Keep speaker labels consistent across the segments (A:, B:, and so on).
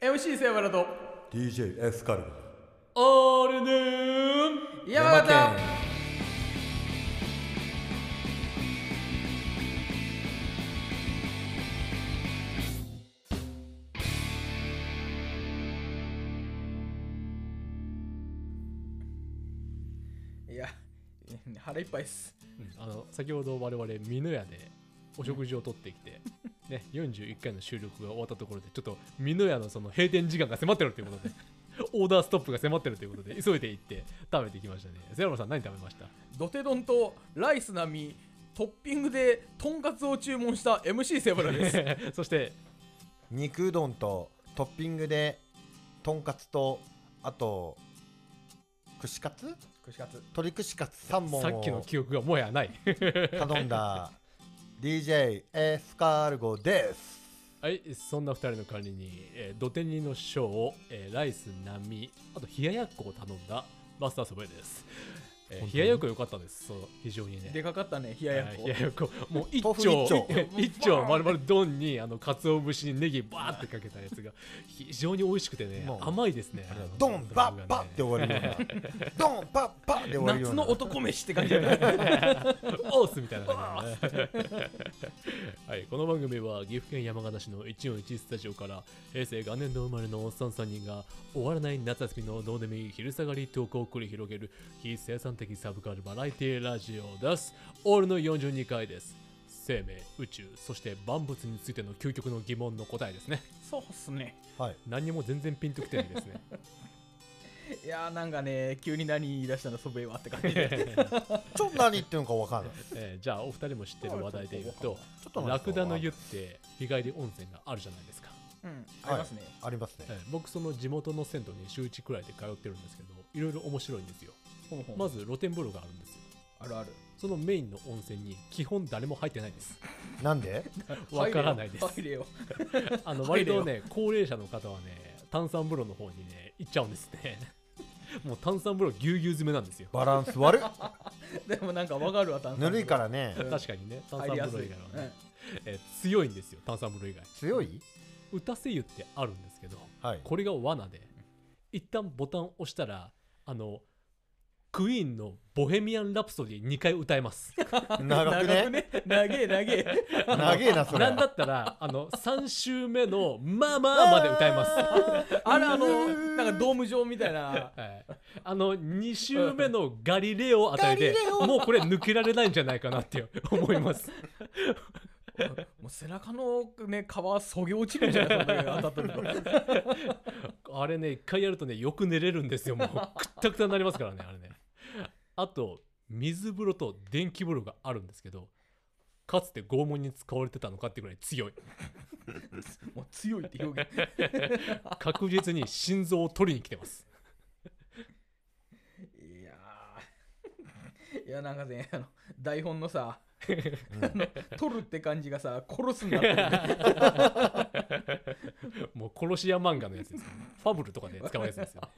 A: MC セバラと
B: DJ エスカルゴ
A: オールヌーン山形いや腹いっぱいっす
C: あの先ほど我々美濃屋でお食事をとってきて、ね、41回の収録が終わったところでちょっと美濃屋のその閉店時間が迫ってるということで オーダーストップが迫ってるということで急いで行って食べてきましたねゼロさん何食べました
A: ドテドンとライス並みトッピングでとんかつを注文した MC セバラ です
C: そして
B: 肉うどんとトッピングでとんかつとあと串カツ
A: 串カツ
B: 鶏串カツ3
C: さ
B: 本
C: っきの
B: を
C: 記憶がもはやない
B: 頼んだ DJ エスカルゴです
C: はいそんな2人の管理人、えー、土手煮のショーを、えーライス並みあと冷ややっこを頼んだマスターソブエです、え
B: 本
C: ー
B: 当に
C: 冷ややっこ良かったですそう非常にね
A: でかかったね冷ややっこ
C: いやいやこうもう一
B: 豆腐
C: 丁
B: 一丁
C: 一丁丸々丼にあの鰹節にネギバーってかけたやつが非常に美味しくてね
B: もう
C: 甘いですね
B: ドンバッバッって
C: お
B: 終わるよう なドンバッバッって終わるよう
A: 夏
B: な
A: の男飯って感じだね
C: オースみたいな感じだねはいこの番組は岐阜県山形市の141スタジオから平成元年度生まれのおっさん3人が終わらない夏休みのどうでもいい昼下がりトークを繰り広げる非生産的サブカルバラエティラジオですオールの42回です生命宇宙そして万物についての究極の疑問の答えですね
A: そうっすね
B: はい
C: 何にも全然ピンときてないですね
A: いやーなんかね急に何言い出したんだソベはって感じで
B: ちょっと何言ってるのかわかんない
C: えーじゃあお二人も知ってる話題で言うと
B: ちょっと
C: ラクダの
B: 言
C: 湯って日帰り温泉があるじゃないですか
A: うんありますね、
B: ありますね
C: えー僕その地元の銭湯に週1くらいで通ってるんですけどいろいろ面白いんですよ
A: ほんほん
C: まず露天風呂があるんですよ
A: あるある
C: そのメインの温泉に基本誰も入ってないんです
B: なんで
C: わからないです
A: 入れよ
C: あの
A: 入
C: 割
A: れよ
C: とね高齢者の方はね炭酸風呂の方にね行っちゃうんですね もう炭酸風呂ぎゅうぎゅう詰めなんですよ
B: バランス悪い
A: 入れよでもなんかわかるわ炭酸
B: ぬるいかららね
A: うん
C: 確かにね炭酸
A: 入りやす
C: 風呂
A: い
C: 以外はね、えー強いんですよ炭酸風呂以外
B: 強い
C: 打たせ湯ってあるんですけど
B: はい
C: これが罠で一旦ボタンを押したらあのクイーンの「ボヘミアン・ラプソディ」2回歌えます
B: 長く ね
A: 長くね長え長え
B: 長えなそれ
C: なんだったらあの3週目の「まあまあ」まで歌えます、
A: あれあのなんかドーム状みたいな
C: はい、あの2週目の「ガリレオ」あたりでもうこれ抜けられないんじゃないかなって思います
A: もう背中のね皮そげ落ちるんじゃないそんだけ当たってると
C: あれね1回やるとねよく寝れるんですよもうくったくたになりますからねあれねあと水風呂と電気風呂があるんですけどかつて拷問に使われてたのかってぐらい強い
A: もう強いって表現
C: 確実に心臓を取りに来てます。
A: いやーいやなんかねあの台本のさあの取るって感じがさ殺すんだってる ね
C: もう殺し屋漫画のやつですよね。ファブルとかで使うやつですよね。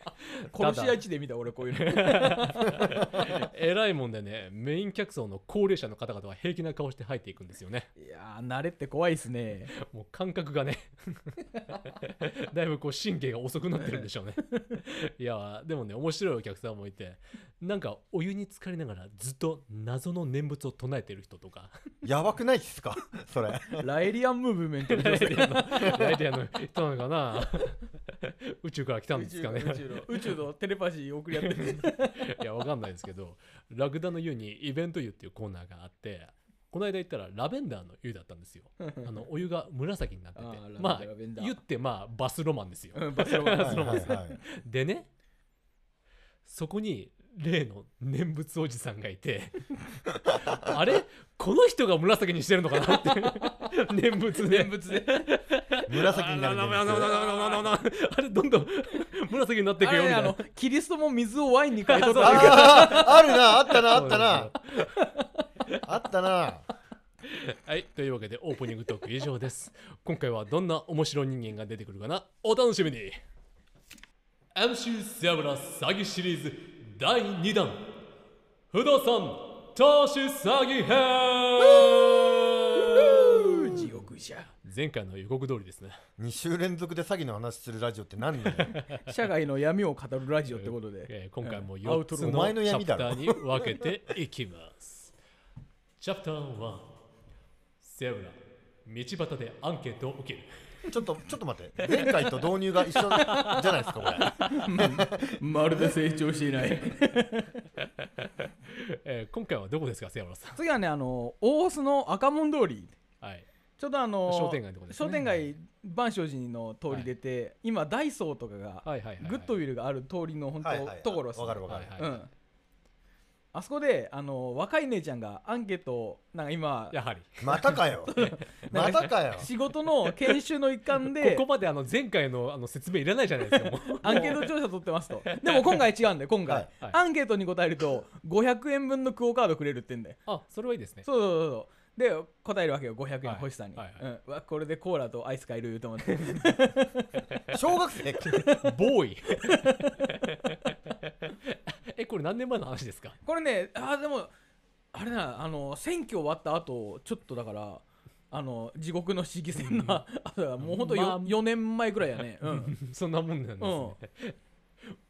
A: 殺し屋地で見た俺こういうの
C: えらいもんでね、メイン客層の高齢者の方々は平気な顔して入っていくんですよね。
A: いやー慣れって怖いっすね
C: もう感覚がね、 だいぶこう神経が遅くなってるんでしょうね。いやー、でもね、面白いお客さんもいて、なんかお湯に浸かりながらずっと謎の念仏を唱えてる人とか、
B: やばくないっすかそれ
A: ラエリアンムーブメントの女性
C: 大体あの人なのかな宇宙から来たん
A: 宇
C: です
A: 宙
C: か
A: の
C: ね。
A: 宇宙の宇宙のテレパシー送り合って る
C: いや、わかんないですけど、ラクダの湯にイベント湯っていうコーナーがあって、この間行ったらラベンダーの湯だったんですよ。あのお湯が紫になってて
A: あーラベンダ、ー
C: ま
A: ラベンダ
C: あ、
A: ー
C: 湯ってまあバスロマンですよ。
A: うんバスロ マン
B: はいはいはい
C: でね、そこに例の念仏おじさんがいて、あれこの人が紫にしてるのかなって、念仏で。
A: 念仏で
B: 紫になる
C: あ
B: ね
C: ららららららららあれどんどん紫になってい
A: あ
C: くよ
A: れね
C: みた
A: あ
C: いな
A: の。キリストも水をワインに変えとった
B: あ
A: だけ
B: ーあるなあったなあった
C: そうなんですよ
B: なあったな
C: はい、というわけでオープニングトーク以上です。今回はどんな面白い人間が出てくるかなお楽しみに !MC セアブラ詐欺シリーズ第2弾不動産投資詐欺編
A: 地獄じゃ
C: 前回の予告通りですね。
B: 2週連続で詐欺の話するラジオって何だよ
A: 社外の闇を語るラジオってことで。
C: えー今回も
A: アウ
C: 4
A: ト
C: つ
A: ロー
C: の
B: お前の
C: チャ
B: 闇
C: プ
B: だ
C: タ
B: ろ
C: ーに分けていきます。チャプター1、セウラ、道端でアンケートを受ける。
B: ちょっとちょっと待って前回と導入が一緒じゃないですかこれ
A: まるで成長していない。
C: えー今回はどこですか、セウラさ
A: 次はね、あの、大須の赤門通り。
C: ん。はい。
A: ちょうどあの
C: 商店街のとこですね
A: 商店街万象寺の通り出て、今ダイソーとかが、
C: はいはいはいはい
A: グッドウィルがある通りの本当、
B: はいはい
A: ところっすね
B: わかるわかる、
C: はい
A: うん、あそこであの若い姉ちゃんがアンケートをなんか今
C: やはり。
B: またかよまたかよ
A: 仕事の研修の一環で
C: ここまであの前回のあの説明いらないじゃな いですか、もう
A: アンケート調査取ってますとでも今回違うんで今回、
B: はい
C: はい
A: アンケートに答えると500円分のクオ・カードくれるってんで
C: あ、それはいいですね。
A: そうそうそうそうで答えるわけよ500円、
C: はい
A: 星さんに、
C: はいは
A: うんうわこれでコーラとアイス買えると思って
B: 小学生
C: ボーイ え、これ何年前の話ですか
A: これねあーでもあれなあの選挙終わった後ちょっとだからあの地獄の市議選の、あだからもうほんと 4,、
C: まあ
A: 四年前ぐらいやね、うん、
C: そんなもんなんですね。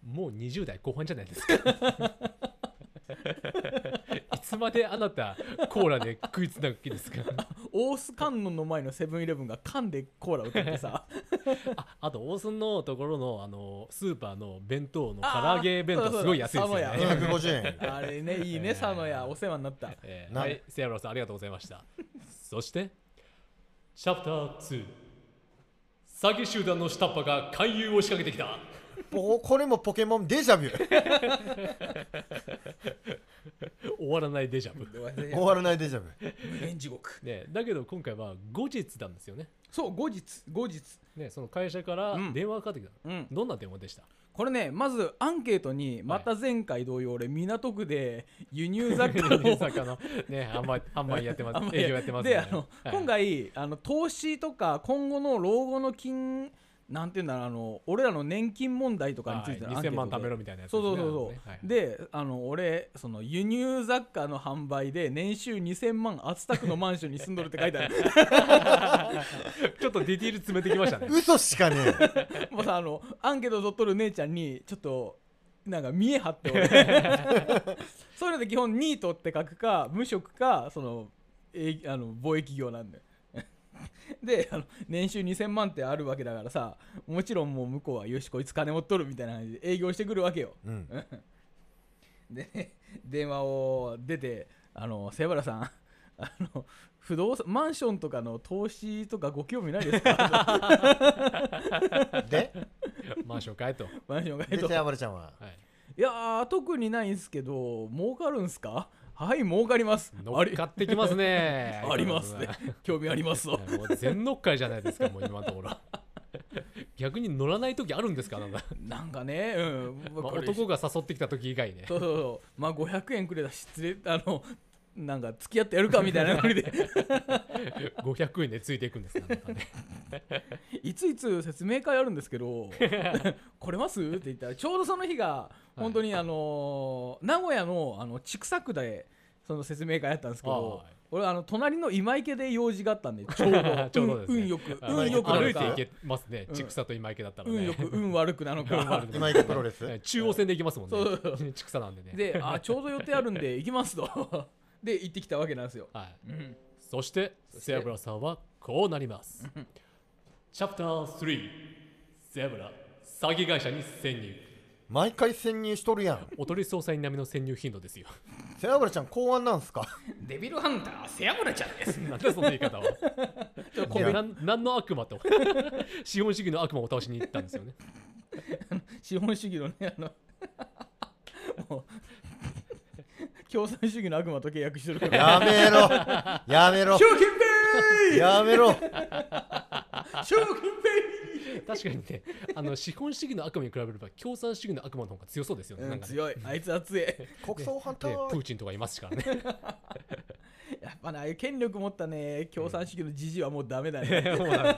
C: もう20代後半じゃないですか。い つまであなたコーラで食いつなぐ気で すか
A: 大須観音の前のセブンイレブンが缶でコーラを買ってさ
C: ああと大須のところのあのスーパーの弁当の
A: あー
C: 唐揚げ弁当すごい安いで
A: そ
C: すよ
A: うそう
C: ね。
B: 250 円
A: あれねいいね
C: えー
A: 佐野屋お世話になった
C: えー
B: な
C: はい、セアロさんありがとうございました。そして、チャプター2。詐欺集団の下っ端が勧誘を仕掛けてきた。
B: おこれもポケモンデジャブ
C: 終わらないデジャブ。
B: 終わらないデジャブ
A: 無限地獄
C: ね、だけど今回は後日なんですよね。
A: そう後日後日
C: ね、その会社から
A: うん
C: 電話がかかってきた。
A: うん
C: どんな電話でした
A: これねまずアンケートにまた前回同様俺港区で輸入雑貨
C: 大
A: を
C: 阪の、ね、販売販売やって ます営業やってます、ね、
A: であの、
C: はい
A: 今回あの投資とか今後の老後の金なんていうんだろうあの俺らの年金問題とかについてのアン
C: はい
A: ケートで
C: 2000万貯めろみたいなやつで
A: そ
C: す
A: う
C: ね、
A: そうそうそう、
C: あのねはい
A: であの俺その輸入雑貨の販売で年収2000万熱田区のマンションに住んどるって書いてある
C: ちょっとディティール詰めてきま したね
B: 嘘しかねえ
A: もうさあのアンケート取っとる姉ちゃんにちょっとなんか見え張って俺そういうので基本ニートって書くか無職かそのえいあの貿易業なんだよ であの年収2000万ってあるわけだからさもちろんもう向こうはよしこいつ金持っとるみたいな感じで営業してくるわけよ
B: うん
A: で電話を出て「あの瀬原さんあの不動産マンションとかの投資とかご興味ないですか?
B: で
C: マンション買えと、は」、
A: マンションがえ
B: で
A: っと「い
B: 謝るちゃんはい
A: やー特にないんすけど儲かるんすかはい儲かります
C: 乗
A: あ
C: っ
A: り
C: かってきますね
A: ありますね興味あります
C: も
A: わ
C: う全乗っかいじゃないですかもう今のところ逆に乗らない時あるんですかなんか、
A: なんかね、うん、
C: まあ
A: これ
C: 男が誘ってきた時以外ね
A: そうそうそうまあ500円くれたし連れあのなんか付き合ってやるかみ たいなノリで
C: 500円でついていくんですねあ なたね
A: いついつ説明会あるんですけど 来れますって言ったらちょうどその日が本当にあのー名古屋のあの千種区でその説明会やったんですけど
C: はい
A: 俺あの隣の今池で用事があったん でちょうど
C: ちょうどですね
A: 運運よく
C: あ
A: 運よくな
C: 歩
A: の
C: いてい
A: か
C: けますね千草と今池だったらね
A: 運 よく運悪くなの
C: 運悪
A: か
C: く
B: 今池プロレス
C: えー中央線で行きますもんね
A: そうそうそ。
C: 千草なんでね。
A: であちょうど予定あるんで行きますとで行ってきたわけなんですよ、
C: はい、
A: うん
C: そして、セアブラさんはこうなります。チャプター3、セアブラ、詐欺会社に潜入。
B: 毎回潜入しとるやん
C: おとり捜査員並みの潜入頻度ですよ。
B: セラブラちゃん公安なんすか
A: デビルハンターセアブラちゃんです
C: なんでその言い方 は。
B: コンビ
C: なん何の悪魔と。 資本主義の悪魔を倒しに行ったんですよね。
A: 資本主義のねあのもう共産主義の悪魔と契約してるから
B: やめろ やめろ
A: 習近平
B: やめろ
A: 習近
C: 確かにね、あの資本主義の悪魔に比べれば共産主義の悪魔の方が強そうですよね。
A: 平、う、
C: なんんかね
A: 強いあいつは強い
B: 国葬反対
C: で プーチンとかいますからね。
A: やっぱねああいう権力持ったね共産主義のじじいはもうダメだね
C: もうダメ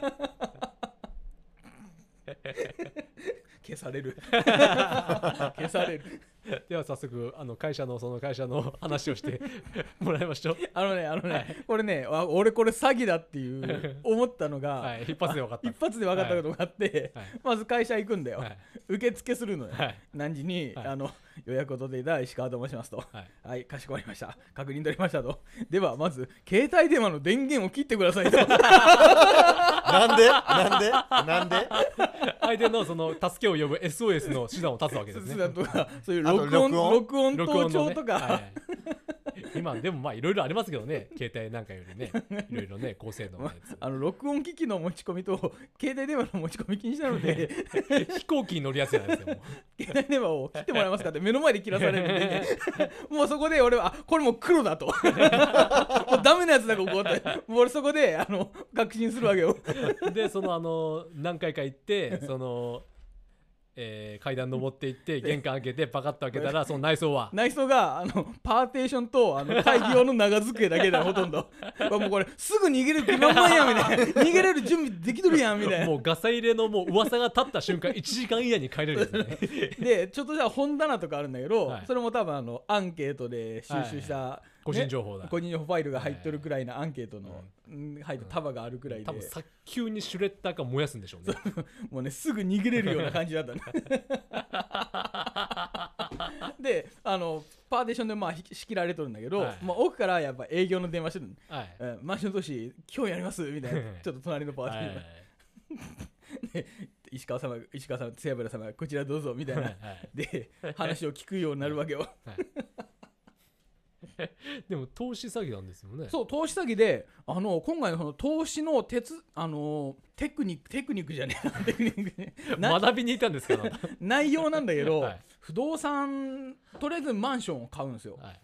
A: 消される消される
C: では早速あの会社のその会社の話をして もらいましょう
A: あのねあのね、これねあ俺これ詐欺だっていう思ったのが、
C: はい一発で分かった
A: 一発で分かったことがあって、
C: はい
A: まず会社行くんだよ、
C: はい
A: 受付するのよ、
C: はい
A: 何時に、
C: はい
A: あの予約を取っていた石川と申しますと
C: はい
A: はい、かしこまりました。確認取りましたと。では、まず、携帯電話の電源を切ってくださいと。
B: なんでなんでなんで
C: 相手のその助けを呼ぶ SOS の手段を断つわけです
A: す
C: ね
A: だとか、そういう
B: あと
A: 録音、録
B: 録
A: 音
C: 録
A: 盗
C: 音の
A: 聴
C: ね
A: と
C: はいは
A: か、
C: い今でもまあいろいろありますけどね携帯なんかよりねいろいろね高性能なやつ
A: あの、録音機器の持ち込みと、携帯電話の持ち込み禁止なので、
C: 飛行機に乗るやつじゃないですよも
A: 携帯電話を切ってもらえますかって目の前で切らされるんで、 もうそこで俺は、あこれもう黒だと。も うダメなやつだ、ここって。もう俺そこで、あの、確信するわけよ。
C: うでそのあの何回か行ってそのえー階段登って行って玄関開けてパカッと開けたらその内装は
A: 内装があのパーテーションとあの会議用の長机だけ だよほとんどうわもうこれすぐ逃げる気満々やんみたいな逃げれる準備できとるやんみたいな
C: もうガサ入れのもう噂が立った瞬間1時間以内に帰れるんですね
A: でちょっとじゃあ本棚とかあるんだけど、
C: はい
A: それも多分あのアンケートで収集した、
C: 個人情報だ、
A: ね個人情報ファイルが入っとるくらいのアンケートの、うん入った束があるくらいで
C: 多分早急にシュレッダーか燃やすんでしょうね
A: もうねすぐ逃げれるような感じだ ったねであのパーテーションでまあひ仕切られとるんだけど、
C: はい
A: まあ、奥からやっぱ営業の電話してるの
C: はい
A: うんマンション投資興味ありますみたいなちょっと隣のパーティーに、石川様石川様津山様こちらどうぞみたい
C: はいは
A: ない
C: はい
A: で話を聞くようになるわけよ
C: でも投資詐欺なんですよね
A: そう投資詐欺であの今回のその投資の鉄あのテクニックテクニックじゃねえなテクニックじゃねえな
C: 学びに行ったんですから、
A: 内容なんだけど、
C: はい
A: 不動産とりあえずマンションを買うんですよ、
C: はい、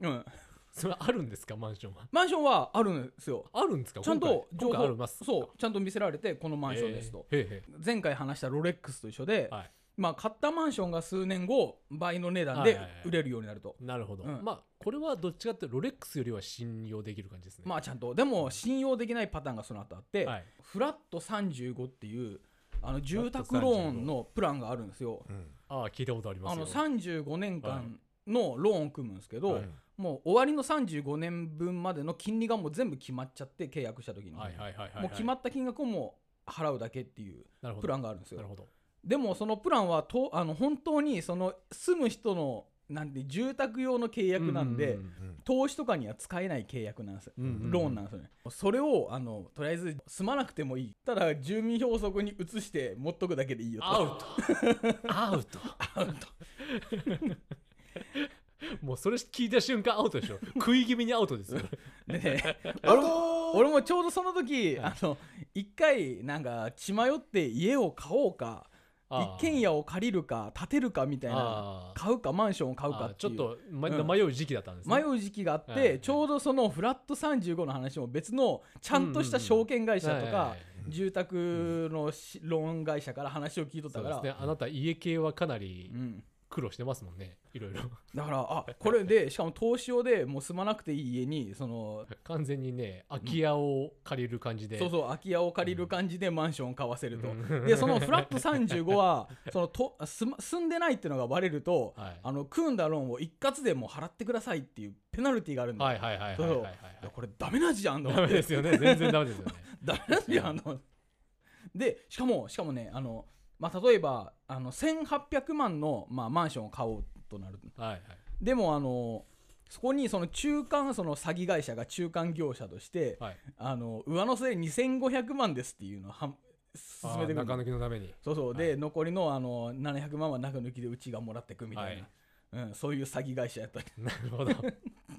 A: うん、
C: それあるんですかマンションは
A: マンションはあるんですよ
C: あるんですか
A: ちゃんと
C: 今
A: 情
C: 回今回あり
A: 報
C: ます
A: そうちゃんと見せられてこのマンションですと、
C: へーへ
A: 前回話したロレックスと一緒で、
C: ーはい
A: まあ、買ったマンションが数年後倍の値段で
C: はいはいはい
A: 売れるようになると、
C: なるほど、
A: うん
C: まあこれはどっちかっていうとロレックスよりは信用できる感じですね
A: まあちゃんとでも信用できないパターンがその後あって、
C: はい
A: フラット35っていうあの住宅
C: フラッ
A: ロ
C: ト
A: ーンのプランがあるんですよ
B: うん
C: ああ聞いたことありま
A: あ
C: すよ
A: の35年間のローンを組むんですけど、
C: はい
A: もう終わりの35年分までの金利がもう全部決まっちゃって契約した時に、
C: はいはいはいはい、はい、
A: もう決まった金額をもう払うだけっていう
C: なるほど
A: プランがあるんです
C: なる
A: よ
C: ほど
A: でもそのプランはとあの本当にその住む人のなんて住宅用の契約なんで、
B: う
C: う
B: ん
A: 投資とかには使えない契約なんですよ、
C: うんうんうん
A: ローンなんですよねそれをあのとりあえず住まなくてもいいただ住民票をそこに移して持っとくだけでいいよ
C: ア
A: と
C: ウトアウト
A: アウト
C: もうそれ聞いた瞬間アウトで しょ食い気味にアウトですよ
A: で ね
B: あと
A: 俺もちょうどその時あの一回なんか血迷って家を買おうか一軒
C: み
A: 家を借りるか建てるかみたいな
C: あー
A: 買うかマンションを買うか
C: あー
A: っ
C: ち
A: て
C: ょっ
A: いう
C: と、ま
A: うん
C: 迷う時期だったんですね
A: 迷う時期があって、
C: はいはい
A: ちょうどそのフラット35の話も別のちゃんとした証券会社と
C: はいはいは
A: か
C: い
A: 住宅のしローン会社から話を聞いとった
C: そう
A: か
C: で
A: ら
C: すねあなた家系はかなり
A: うん、
C: 苦労してますもんねいろいろ
A: だからあこれでしかも投資用でもう住まなくていい家にその
C: 完全にね空き家を借りる感じで、
A: そうそう空き家を借りる感じでマンションを買わせると、で そのフラット35は そのと住ま住んでないっていうのがバレると、
C: はい
A: あの組んだローンを一括でもう払ってくださいっていうペナルティーがあるんだよ、
C: はいはいはいはい
A: そう
C: はい
A: そう
C: はいはい
A: やこれダメなやつじゃんと
C: い
A: 思
C: ダ
A: っ
C: メ
A: て
C: です よね全然ダメですよね
A: ダメなんだよあのでしかもしかもねあの、まあ、例えばあの1800万の、まあ、マンションを買おうとなる
C: はいはい
A: でもあのそこにその中間その詐欺会社が中間業者として
C: はい
A: あの上乗せ2500万ですっていうのをはん
C: あ
A: 進
C: ー
A: めてくる
C: 中
A: の
C: 抜きのために
A: そうそう、で残りのあの700万は中抜きでうちがもらってくみたいな、うん、そういう詐欺会社やった
C: なるほど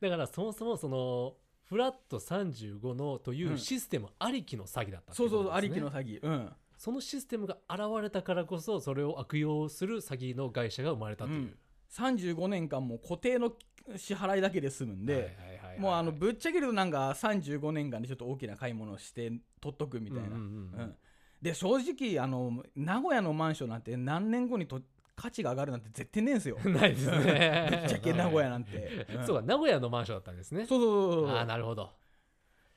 C: だからそもそもそのフラット35のといううんシステムありきの詐欺だったって
A: そ
C: こ
A: う
C: と
A: そうそうあ
C: で
A: り
C: すね
A: きの詐欺うん
C: そのシステムが現れたからこそそれを悪用する詐欺の会社が生まれたという、
A: うん35年間もう固定の支払いだけで済むんで、
C: はいはいはいはい
A: もうあのぶっちゃけるとなんか35年間でちょっと大きな買い物をして取っとくみたいな、
C: うんうんうんうん
A: うんで正直あの名古屋のマンションなんて何年後にと価値が上がるなんて絶対ねえんすよぶっ
C: ないです ね
A: ちゃけ名古屋なんて、ん
C: そうか名古屋のマンションだったんですね
A: そうそうそうそう
C: ああなるほど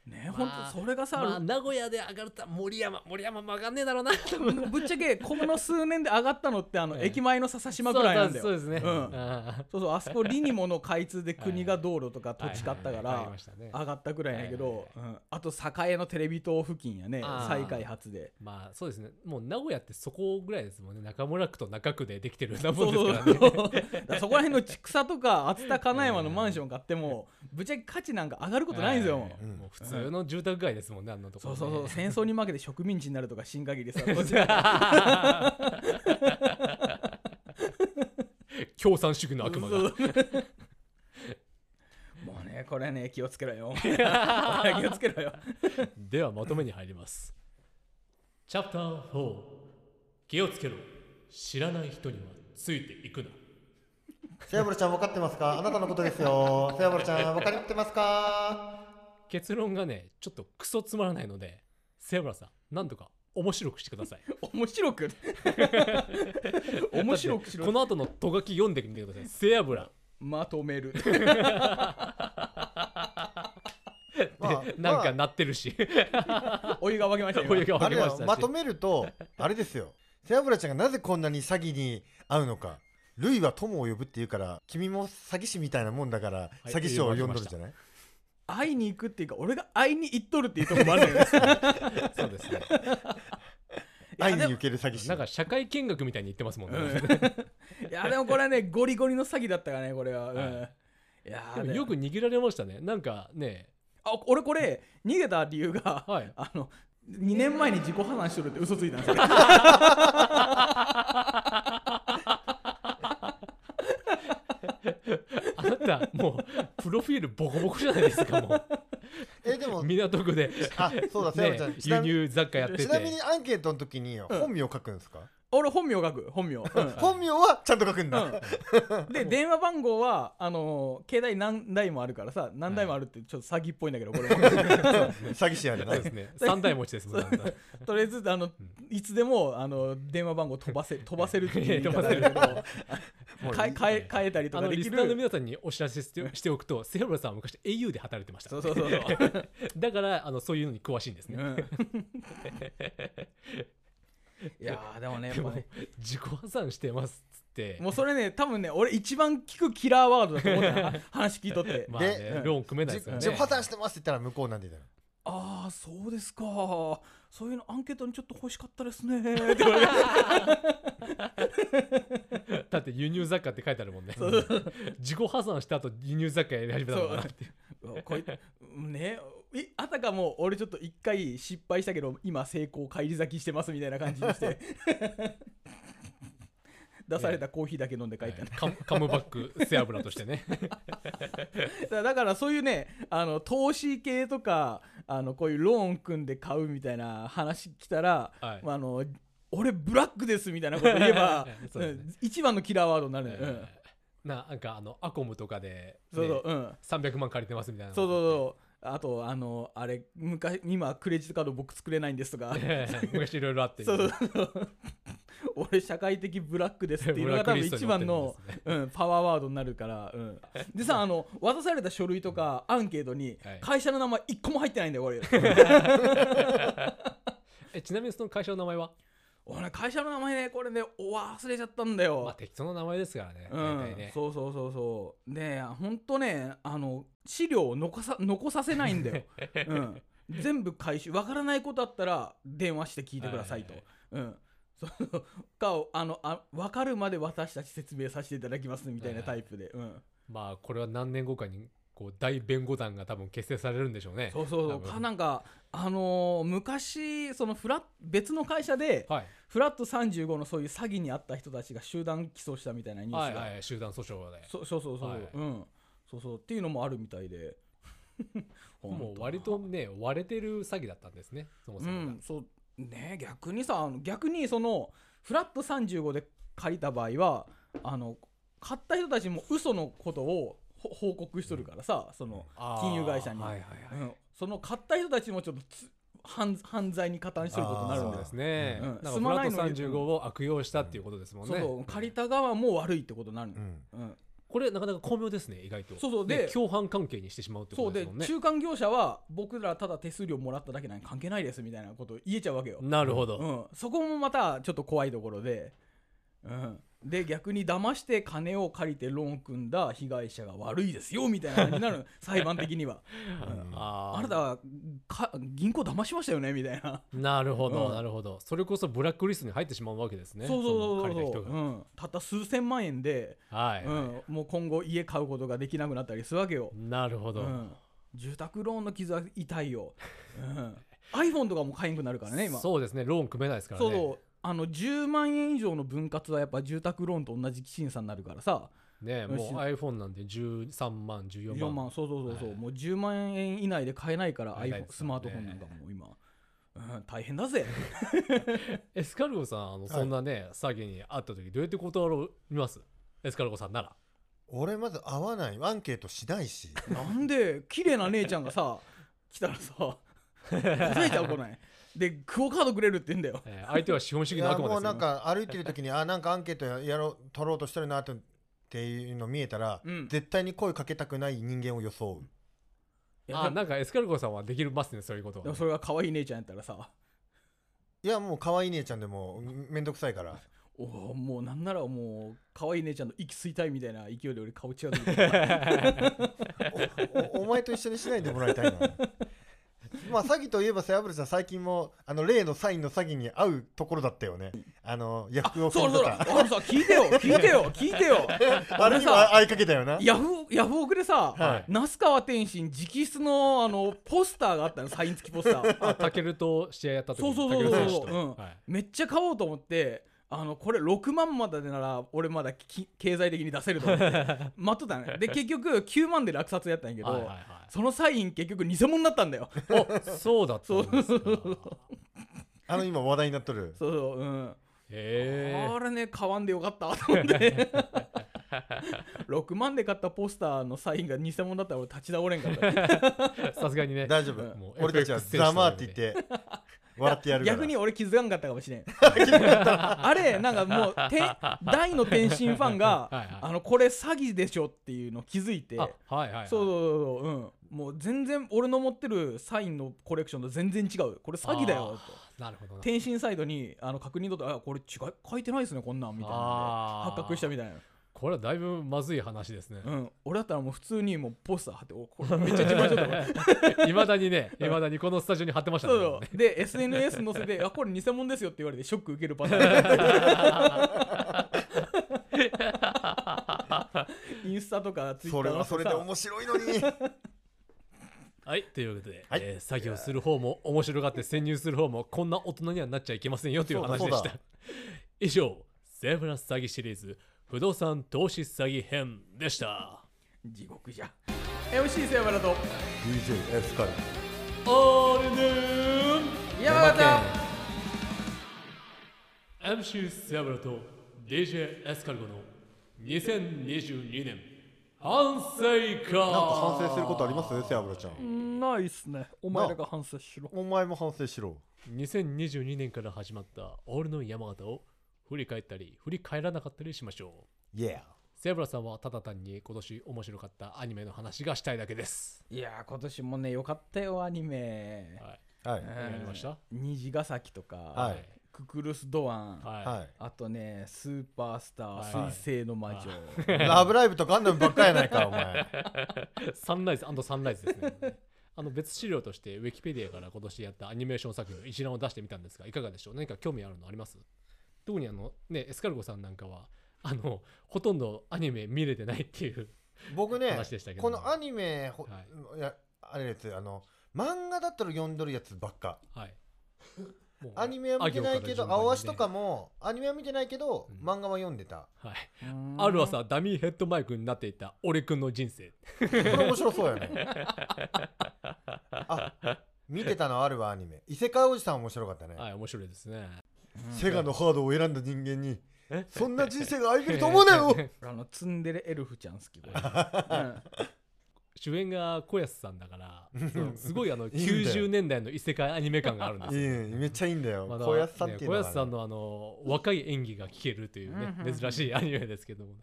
A: ね
C: ま
A: 本
C: あ
A: 当それがさ、
C: まあ、名古屋で上がると森山、森山も上がんねえだろうなと思う。
A: ぶっちゃけこの数年で上がったのってあの
C: ええ
A: 駅前の笹島ぐらいなんだよ
C: そうですそうですね。
A: うん
C: あ
A: そうそうあそこリニモの開通で国が道路とか
C: ー
A: 土地買ったか
C: はいはいはいあり
A: ら
C: ましたね
A: 上がったぐらいやけ
C: はいはい
A: ど、うんあと栄のテレビ塔付近やね
C: あー
A: 再開発で
C: まあそうですね。もう名古屋ってそこぐらいですもんね。中村区と中区でできてるようなも
A: そ
C: ん
A: う
C: です
A: そう
C: からね。
A: そう だからそこら辺の千草とか熱田金山のマンション買ってもぶっちゃけ価値なんか上がることないんですよ、
C: は
B: うん
C: もう普通の住宅街ですもんね、あんなとこ
A: そ
C: ろ
A: う
C: ね。
A: そうそう戦争に負けて植民地になるとか新限りさ
C: 共産主義の 悪魔
A: そ
C: が
A: う。もうねこれね気をつけろよこれは気をつけろよ
C: ではまとめに入ります。チャプター4気をつけろ知らない人にはついていくな。
B: セアブルちゃん分かってますかあなたのことですよ。セアブルちゃん分かってますか
C: 結論がね、ちょっとクソつまらないので、セブラさん、なんとか面白くしてくだ さい。
A: 面白く面白くしろ
C: この後のとがき読んでみてくだ さい。セアブラ。
A: まとめる
B: ま あ
C: なんか
B: ま
C: 鳴ってるし。
A: お湯が沸きましたよ
C: お湯が
B: あ、あれだ
C: 沸きました
B: よ
C: し。
B: まとめると、あれですよ。セアブルちゃんがなぜこんなに詐欺に遭うのか。ルイは友を呼ぶって言うから、君も詐欺師みたいなもんだから、
C: い
B: 詐欺師を呼んどるんじゃない
A: 会いに行くっていうか俺が会いに行っとるっていうとこもあるんだよね
C: そうですね。
A: いや
B: 愛
A: で
B: に
A: も
B: 受ける詐欺師。
C: なんか社会見学みたいに言ってますもんね。
A: いやでもこれはねゴリゴリの詐欺だったからねこれは、うん
C: はい
A: や
C: で
A: ー
C: も
A: ね
C: よく逃げられましたね。なんかね、
A: あ俺これ逃げた理由が、
C: はい
A: あの2年前に自己破産しとるって嘘ついたんですよ
C: あなたもうプロフィールボコボコじゃないですか、も
B: え、でも
C: う。、 港区で、
B: あ、そうだ、セアブ
C: ね
B: ルちゃん。、ちな
C: 輸
B: み
C: 入雑貨やってて。
B: ちなみにアンケートの時に本名を書くんですか
A: 俺本名書く本名、うん
B: 本名はちゃんと書くんだ。
A: うんで電話番号はあのー携帯何台もあるからさ何台もあるってちょっと詐欺っぽいんだけどこれも
B: 詐欺師やる
C: そ
B: な
C: う。ですね。三台持ちですもん、あんた
A: とりあえずあのいつでもあの電話番号飛ばせ飛ばせるっていう
C: 飛ばせる
A: 言い方だけど
B: もういい
A: 変え 変え変えたりと
C: あ
A: か
C: の
A: で
C: リ
A: き
C: スナーの
A: る
C: 皆さんにお知らせしてしておくと、セブラさんは昔 au で働いてました
A: そ。うそうそうそう、
C: だからあのそういうのに詳しいんです
A: う
C: ね。
A: ん、いやーでもねやっ
C: で
A: ぱ
C: も
A: ね
C: 自己破産してますっつって、
A: もうそれね多分ね俺一番聞くキラーワードだと思ったな話聞いと って
C: まあね
B: で、
C: ローン組めない
B: じ
C: ですから
B: 自己
C: ね。
B: 破産してますって言ったら向こうなんでだよ。
A: ああそうですかそういうのアンケートにちょっと欲しかったですね ーって言われて
C: だって輸入雑貨って書いてあるもんね
A: そう。
C: 自己破産した後輸入雑貨やり始めたのかなって。
A: うわこいねいあたかも俺ちょっと一回失敗したけど今成功返り咲きしてますみたいな感じにして 出されたコーヒーだけ飲んで帰ったね、
C: カムカムバック背脂としてね。
A: だからだからそういうねあの投資系とかあのこういうローン組んで買うみたいな話来たら、
C: はい
A: まあ、あの俺ブラックですみたいなこと言えば、
C: そうです
A: う
C: ね
A: ん一番のキラーワードになるのよ、うん
C: えーななんかあのアコムとかで、ね、
A: そうそう、うん
C: 300万借りてますみたいな。
A: そうそうそうあとあのあれ昔今クレジットカード僕作れないんですとか
C: えー 昔いろいろあって。
A: そうそうそう俺社会的ブラックですっていうのが多分一 番の、うん、パワーワードになるから、うん、でさあの渡された書類とかアンケートに
C: はい
A: 会社の名前一個も入ってないんだよ俺
C: えちなみにその会社の名前は、
A: 俺会社の名前ねこれねお忘れちゃったんだ
C: まあ、
A: よ、
C: 適当な名前ですからね。大
A: う
C: 体
A: ん
C: ね
A: そうそうそうそうでほんとねあの資料を残さ残させないんだ よ、うん、全部回収わからないことあったら電話して聞いてくださいと、
C: はい
A: うん、そのかあのあ分かるまで私たち説明させていただきますみたいなタイプで、うん、
C: まあこれは何年後かにこう大弁護団が多分結成されるんでしょうね。
A: そうそうそ
C: 多
A: う
C: 分
A: かなんかあのー昔そのフラッ別の会社で
C: はい、
A: フラット35のそういう詐欺にあった人たちが集団起訴したみたいなニュー
C: は
A: ス
C: い
A: が、
C: はい、集団訴訟で。
A: そそうそうそうそう、
C: はい
A: うんそうそうっていうのもあるみたいで
C: もう割とね割れてる詐欺だったんですねそもそうもが、
A: ん、そうね逆にさあの逆にそのフラット35で借りた場合はあの買った人たちも嘘のことをほ報告しとるからさ、その、
C: あー
A: 金融会社に
C: はいはいはい
A: うんその買った人たちもちょっとつ犯犯罪に加担しとることになるんだ
C: そう
A: よ
C: ですね、
A: うん
C: なんか
A: す
C: フ
A: ま
C: ラ
A: ない
C: ッ
A: の
C: ト35を悪用したっていうことですもん
A: そ
C: ね、
A: うそう借りた側も悪いってことになる
B: う
A: の、
B: ん。
A: うん
C: ここれなかなか巧妙ですね意外と
A: そうそう
C: ね
A: で
C: 共犯関係にしてしまうって
A: そ
C: こ
A: う
C: とで
A: です
C: もんね
A: 中間業者は僕らただ手数料もらっただけなんで関係ないですみたいなこと言えちゃうわけよ、
C: なるほど、
A: うん、そこもまたちょっと怖いところで、うん、で逆に騙して金を借りてローンを組んだ被害者が悪いですよみたいな感じになるの 裁判的には、うん
C: あー
A: あなたはか銀行騙しましたよねみたいな、
C: なるほど、
A: うん
C: なるほどそれこそブラックリストに入ってしまうわけですね
A: そうそう
C: の
A: そう
C: 借りた
A: そ
C: 人
A: う、
C: が、
A: うん、たった数千万円で、
C: はい、
A: うん、もう今後家買うことができなくなったりするわけよ、
C: なるほど、
A: うん、住宅ローンの傷は痛いよ、うん、iPhone とかも買えんくなるからね今
C: そうですねローン組めないですからね
A: そうそうあの10万円以上の分割はやっぱ住宅ローンと同じ審査になるからさ
C: ね
A: よし
C: もう iPhone なんて13万14
A: 4
C: 万
A: 万そうそうそうそう、
C: はい
A: もう10万円以内で買えないから
C: 買えない
A: iPhone
C: で
A: ス
C: すから
A: マー
C: ね
A: トフォンなんかも今、うん、大変だぜ
C: エスカルゴさんあのそんなね、詐欺に会った時どうやって断りますエスカルゴさんなら
B: 俺まず会わないアンケートしないし
A: なんで綺麗な姉ちゃんがさ来たらさ答えちゃうこないでクオカードくれるって言うんだよ
C: えー相手は資本主
B: い
C: 義の
B: や
C: 悪魔
B: も
C: ですよ
B: うなんか歩いてる時にあなんかアンケートやろう取ろうとしてるなとっていうの見えたら、
A: うん
B: 絶対に声かけたくない人間を装う
A: いや
C: あ
A: でも
C: なんかエスカルゴさんはできますねそういうことは
A: で
C: ね、
A: もそれが可愛い姉ちゃんやったらさ
B: いやもう可愛い姉ちゃんでもうんめんどくさいから
A: おーもうなんならもう可愛い姉ちゃんの息吸いたいみたいな勢いで俺顔違うと
B: お おお前と一緒にしないでもらいたいな まあ詐欺といえばセアブルさん最近もあの例のサインの詐欺に合うところだったよねあのヤフオク
A: そう
B: と
A: そう
B: か
A: だ俺さ聞いてよ聞いてよ聞いてよ
B: あれにも合いかけたよな
A: ヤフオヤフオクでさ、
B: はい
A: 那須川天心直筆のあのポスターがあったのサイン付きポスター
C: あタケルと試合やった時
A: そうそう
C: タ
A: そ
C: ケ
A: う
C: ル
A: そう
C: 選手と、
A: うん
C: はい
A: めっちゃ買おうと思ってあのこれ6万までなら俺まだき経済的に出せると思って 待っとったねで結局9万で落札やったんやけど、
C: はいはいはい
A: そのサイン結局偽物になったんだよ
C: おそうだったんですか
B: あの今話題になっとる
A: そうそううん
C: へ
A: あれね買わんでよかったと思って6万で買ったポスターのサインが偽物だったら俺立ち直れんかった
C: えさすがにね
B: 大丈夫
C: もう
B: 俺たちは
C: FX
B: ざまあって言って 笑ってやるから
A: 逆に俺気づかんかったかもしれん あれなんかもうて大の天心ファン が
C: はいはい
A: あのこれ詐欺でしょっていうの気づいて
C: あはいはい、はい、
A: そうそうそうそううんもう全然俺の持ってるサインのコレクションと全然違うこれ詐欺だよと
C: なるほどな
A: 天心サイドにあの確認取ってあこれ違い書いてないですねこんなんみたいな
C: あー
A: 発覚したみたいな
C: これはだいぶまずい話ですね
A: うん俺だったらもう普通にもうポスター貼っておこれめっちゃ自慢しとったこれ
C: いまだにねいまだにこのスタジオに貼ってましたね
A: そうそうで SNS 載せてあこれ偽物ですよって言われてショック受けるパターンインスタとかツイッター
B: それはそれで面白いのに
C: はいということで、
B: はい
C: えー作業する方も面白がって潜入する方もこんな大人にはなっちゃいけませんよという話で
B: そうだそ
C: し
B: う
C: た
B: だ
C: 以上セブラス詐欺シリーズ不動産投資詐欺編でした
A: 地獄じゃ MC セバラと
B: DJS から
C: オールヌーン
A: 山形
C: MC セブラと DJ エスカルゴの2022年反省会
B: なんか反省することありますセアブラちゃん
A: ないっすねお前らが反省しろ
B: お前も反省しろ
C: 2022年から始まったオールの山形を振り返ったり振り返らなかったりしましょう
B: Yeah
C: セブラさんはただ単に今年面白かったアニメの話がしたいだけです。
A: いやー今年もねよかったよアニメ
C: は
B: は
C: い。
B: い
A: うん
C: やりました
A: 虹ヶ崎とか、
B: はい
A: ククルス・ドアン、
C: は
B: は
A: あとねスーパースター
C: はい
A: 彗星の魔女、
B: いラブライブとかあんなのばっかりやないかお前
C: い。サンライズサンライズですね。 あの別資料としてウィキペディアから今年やったアニメーション作品の一覧を出してみたんですが、いかがでしょう何か興味あるのあります特にあの、ね、エスカルゴさんなんかは、あの、ほとんどアニメ見れてないっていう。
B: 僕ね
C: 話でしたけど
B: このアニメほ
C: はい
B: やあれやつあの漫画だったら読んどるやつばっか
C: はい。もう
B: アニメは見てないけ
C: あ行から順
B: ど
C: 番にね
B: 青足とかもアニメは見てないけど
C: うん
B: 漫画は読んで た
C: はい。
A: うん
C: ある朝、ダミーヘッドマイクになっていた俺くんの人生。
B: これ面白そうやねあ見てたのあるわアニメ異世界おじさん面白かったね
C: はい、面白いですね。
B: セガのハードを選んだ人間に
C: え
B: そんな人生が歩けると思うなよ
A: あのツンデレエルフちゃん好きこれ、うん
C: 主演が小安さんだから
B: ん
C: すごいあ
B: い
C: の
B: いんだよ
C: 90年代の異世界アニメ感があるんで
B: い
C: す
B: い
C: よ。
B: ねめっちゃいいんだよ
C: まだ
B: 小安さんっていうのが
C: ね小安
B: ね
C: さんのあの若い演技が聞けるというね
A: うんうんうん
C: 珍しいアニメですけども。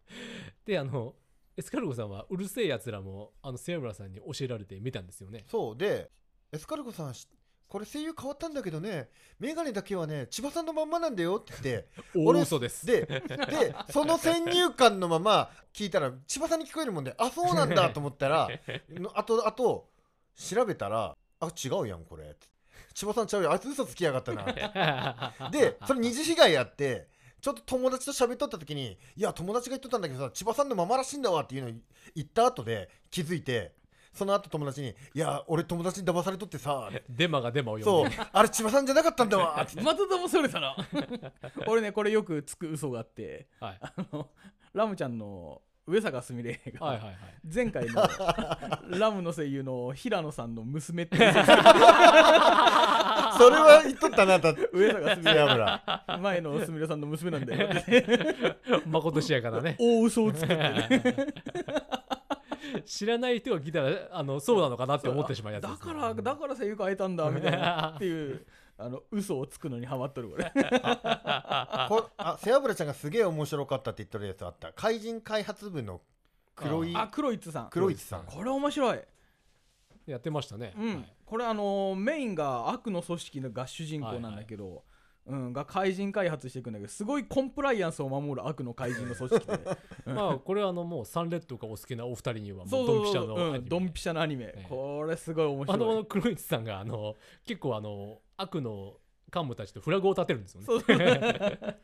C: であのエスカルゴさんはうるせえやつらもあのセアブラさんに教えられて見たんですよね
B: そうでエスカルゴさんしこれ声優変わったんだけどね眼鏡だけはね千葉さんのまんまなんだよって言って
C: 大
B: 俺
C: 嘘です
B: ででその先入観のまま聞いたら千葉さんに聞こえるもんであそうなん だと思ったらのあとあと調べたらあ違うやんこれって千葉さんちゃうよあいつ嘘つきやがったなってでそれ二次被害やってちょっと友達と喋っとった時に「いや友達が言っとったんだけどさ千葉さんのままらしいんだわ」っていうのを言った後で気づいてその後友達に「いや俺友達に騙されとってさ」
C: デマがデマを呼
B: そ
C: ん
B: う
C: で
B: あれ千葉さんじゃなかったんだわ」って
A: また騙されたな 俺ねこれよくつく嘘があって
C: はい
A: あのラムちゃんの上坂すみれが、
C: はいはいはい
A: 前回 のラムの声優の平野さんの娘っていう
B: それは言っとったなだって
A: 上坂すみ
B: やぶら
A: れ前のすみれさんの娘なんだよって
C: まことしやかなね
A: 大嘘をつくって
C: 知らない人が聞いたらあのそうなのかなって思ってしまうやつで
A: だ
C: す
A: か
C: ね
A: らだから声優変えたんだみたいなっていうあの嘘をつくのにハマっとるこれ
B: こあ背脂ちゃんがすげえ面白かったって言っとるやつあった怪人開発部の黒い
A: あ黒いつさん
B: 黒市さん
A: これ面白い、
C: やってましたね、
A: うん
C: はい
A: これあのメインが悪の組織のが主人公なんだけど、うん、が怪人開発していくんだけどすごいコンプライアンスを守る悪の怪人の 組織で
C: まあこれはあのもうサンレッドがお好きなお二人にはも
A: そうう
C: ドンピ
A: そう
C: シ
A: そ
C: ャ
A: う
C: の
A: う
C: アニ
A: ん
C: メ
A: ドンピシャのアニメ、
C: ええ
A: これすごい面白
C: あ
A: い
C: の黒市さんがあの結構あの悪の幹部たちとフラグを立てるんですよね
A: そう そう
C: この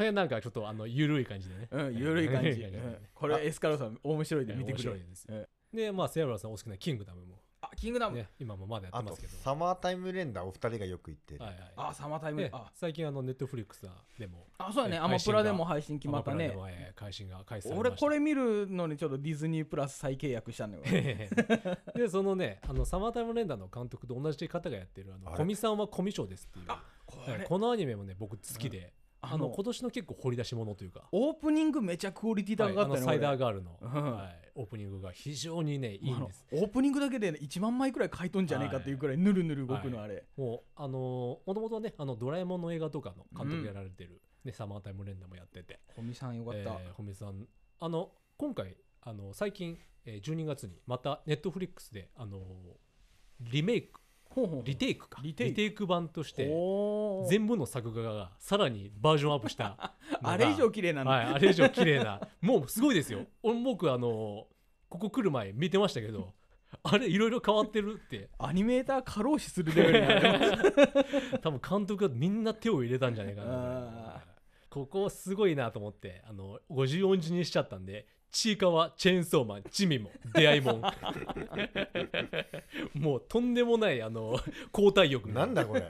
C: 辺なんかちょっとあの緩い感じでね、
A: うん、ゆるい感じ、
C: 緩い
A: うんこれエスカローさん面白いで見てく
C: 面
A: れ、
C: 白いです
A: え
C: でまあセアブラさんお好きなキングダムも、
A: あキングダム、
C: ね、今もまだやっ
B: あ
C: てま
B: と
C: すけど
B: サマータイムレンダーお二人がよく言ってる、
C: はいは
A: あサマータイ
C: い
A: ム、
C: で
A: あ
C: 最近あのネットフリックスでも
A: あそうだね
C: ね
A: アマプラでも配信決まった
C: アマ
A: ね
C: プラでもえー配信が開始されま
A: 俺
C: した
A: これ見るのにちょっとディズニープラス再契約したのよ
C: でそのねあのサマータイムレンダーの監督と同じ方がやってるあの
B: あれ
C: 古見さんはコミショですっていう
A: あこ
C: はい
A: れ
C: このアニメもね僕好きで、
A: うん
C: あの
A: あの
C: 今年の結構掘り出し物というか
A: オープニングめちゃクオリティ
C: は
A: 高
C: い
A: か
C: あ
A: っ
C: の
A: た
C: サイ
A: よ、ね
C: ダーガールの、
A: うん
C: はい、オープニングが非常にねいい
A: もうん
C: です
A: オープニングだけで1万枚くらい書いとんじゃねえかっていうくらいぬるぬる動くのあれ、
C: もうあのーもともとねあのドラえもんの映画とかの監督やられてる、ね、サマータイムレンダーもやってて
A: 小見さんよかった、
C: えーほめさんあの今回あの最近、えー12月にまたネットフリックスであのーリメイク
A: ほうほう
C: リテイクか
A: リテイク
C: 版として
A: ほう
C: 全部の作画がさらにバージョンアップしたのが
A: あれ以上綺麗なんだ、
C: はい、あれ以上綺麗なもうすごいですよ俺僕あのここ来る前見てましたけどあれいろいろ変わってるって
A: アニメーター過労死するレベルになる
C: 多分監督がみんな手を入れたんじゃないかな
A: あ
C: とここすごいなと思ってあの50音字にしちゃったんでちいかわチェーンソーマンチミも出会いも んもうとんでもないあの交代欲
B: なんだこれ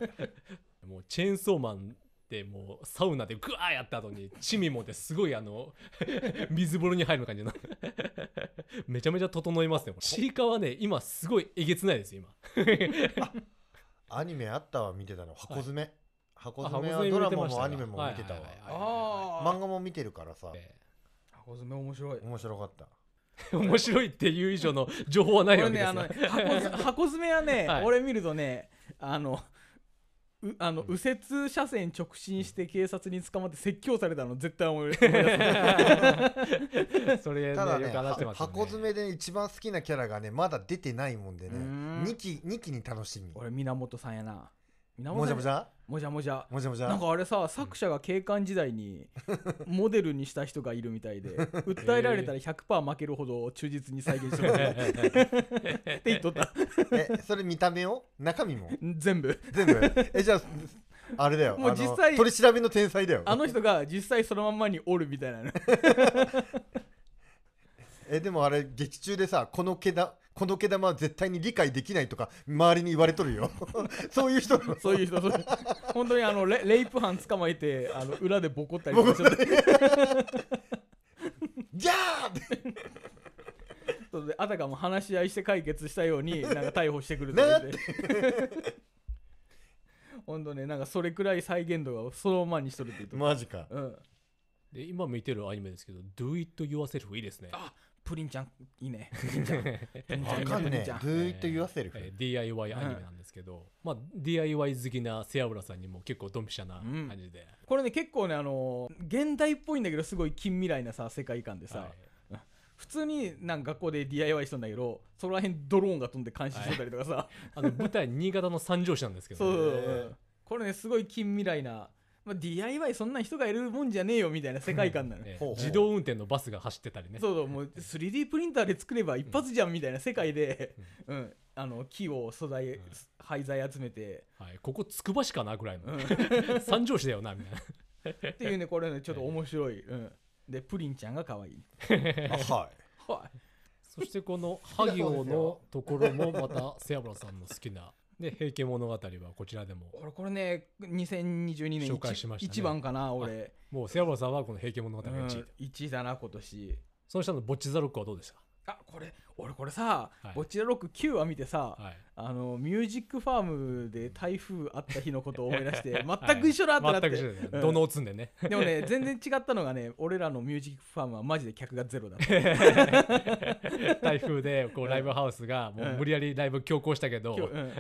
C: もうチェーンソーマンってもうサウナでグワーやった後 にチミモってすごいあの 水風呂に入る感じの めちゃめちゃ整いますねこれちいかわね今すごいえげつないですよ
B: アニメあったわ見てたの箱詰め、箱
C: 今
B: 詰めはドラマもアニメも見てたわ、
A: あ
B: 漫画も見てるからさ
A: 箱詰め面白い
B: 面白かった
C: 面白いっていう以上の情報はないわ
A: 俺
C: けで
A: ね
C: す
A: あ
C: よ、
A: のね箱 詰箱詰めはね、
C: はい
A: 俺見るとねあのうあの
C: うん
A: 右折車線直進して警察に捕まって説教されたの絶対思い出 す
C: それ、ね、
B: ただね
C: よく話してますよね
B: 箱詰めで一番好きなキャラがねまだ出てないもんでね
A: うーん
B: 2期二期に楽しみ
A: 俺源さんやな
B: も
A: 源
B: じ
A: さ
B: ゃ
A: ん
B: もじゃ
A: もじゃもじゃ
B: もじゃ
A: な
B: もじ
A: ん
B: ゃ
A: かあれさ作者が警官時代にモデルにした人がいるみた いで訴えられたら100%負けるほど忠実に再現 してもらうって言っとった
B: えそれ見た目を中身も
A: 全部
B: 全部えじゃああれだよ
A: もう
B: あの
A: 実際
B: 取り調べの天才だよ
A: あの人が実際そのまんまにおるみたいなね
B: えでもあれ劇中でさこの毛だこの毛玉は絶対に理解できないとか周りに言われとるよ そういう人の
A: そういう人そういう本当にあのレレイプ犯捕まえてあの裏でボコったりとかちょっと
B: ギャーって
A: そうであたかも話し合いして解決したよう になんか逮捕してくる
B: な
A: と
B: ん
A: でほんとねなんかそれくらい再現度がそのままにしとるって言うと、
B: マジか
A: うん
C: で今見てるアニメですけど「Do It Yourself」いいですね
A: あプリンちゃんいい ねプリンちゃんプリンちゃんい
B: わ
A: い
B: かん
A: プリ
B: ね
A: ンち
B: え
A: ゃん
B: Do it yourself、
C: えー DIY アニメなんですけど、まあ DIY 好きなセアブラさんにも結構ドンピシャな
A: うん
C: 感じで、
A: これね結構ねあのー現代っぽいんだけどすごい近未来なさ世界観でさ、
C: はい
A: 普通になんか学校で DIY したんだけどそこら辺ドローンが飛んで監視してたりとかさ、
C: あの舞台新潟の三条市なんですけ
A: そ
C: ど、
A: う
C: ね、
A: そうそううんこれねすごい近未来な、まあ、DIY そんな人がいるもんじゃねえよみたいな世界観なの、
C: ね
B: ほうほう
C: 自動運転のバスが走ってたりね
A: そうそうもう 3D プリンターで作れば一発じゃんみたいな世界で、うんあの木を素材、
C: ん
A: 廃材集めて、
C: はい、ここつくば市かなぐらいの
A: う、んっ
C: 三条市だよなみたいな
A: ていうねこれねちょっと面白い、うん、でプリンちゃんが可愛い
B: あはい
A: は
C: そしてこの萩尾のところもまた背脂さんの好きなで「平家物語」はこちらでも
A: い俺これね2022年一
C: 紹介しましたね
A: 一番かな俺
C: もう背脂さんはこの「平家物語」が
A: うん
C: 1位、
A: 1位だな今年
C: その下の「ぼっちザロック」はどうでした
A: あこれ俺これさ、
C: はい
A: ボッチラロック9話見てさ、
C: はい
A: あのミュージックファームで台風あった日のことを思い出して全く一緒だってなって、
C: はい全く一緒だ
A: うん
C: よ土のう積ん でね
A: でもね全然違ったのがね俺らのミュージックファームはマジで客がゼロだ った
C: 台風でこうライブハウスがもう無理やりライブ強行したけど、
A: 今日 うん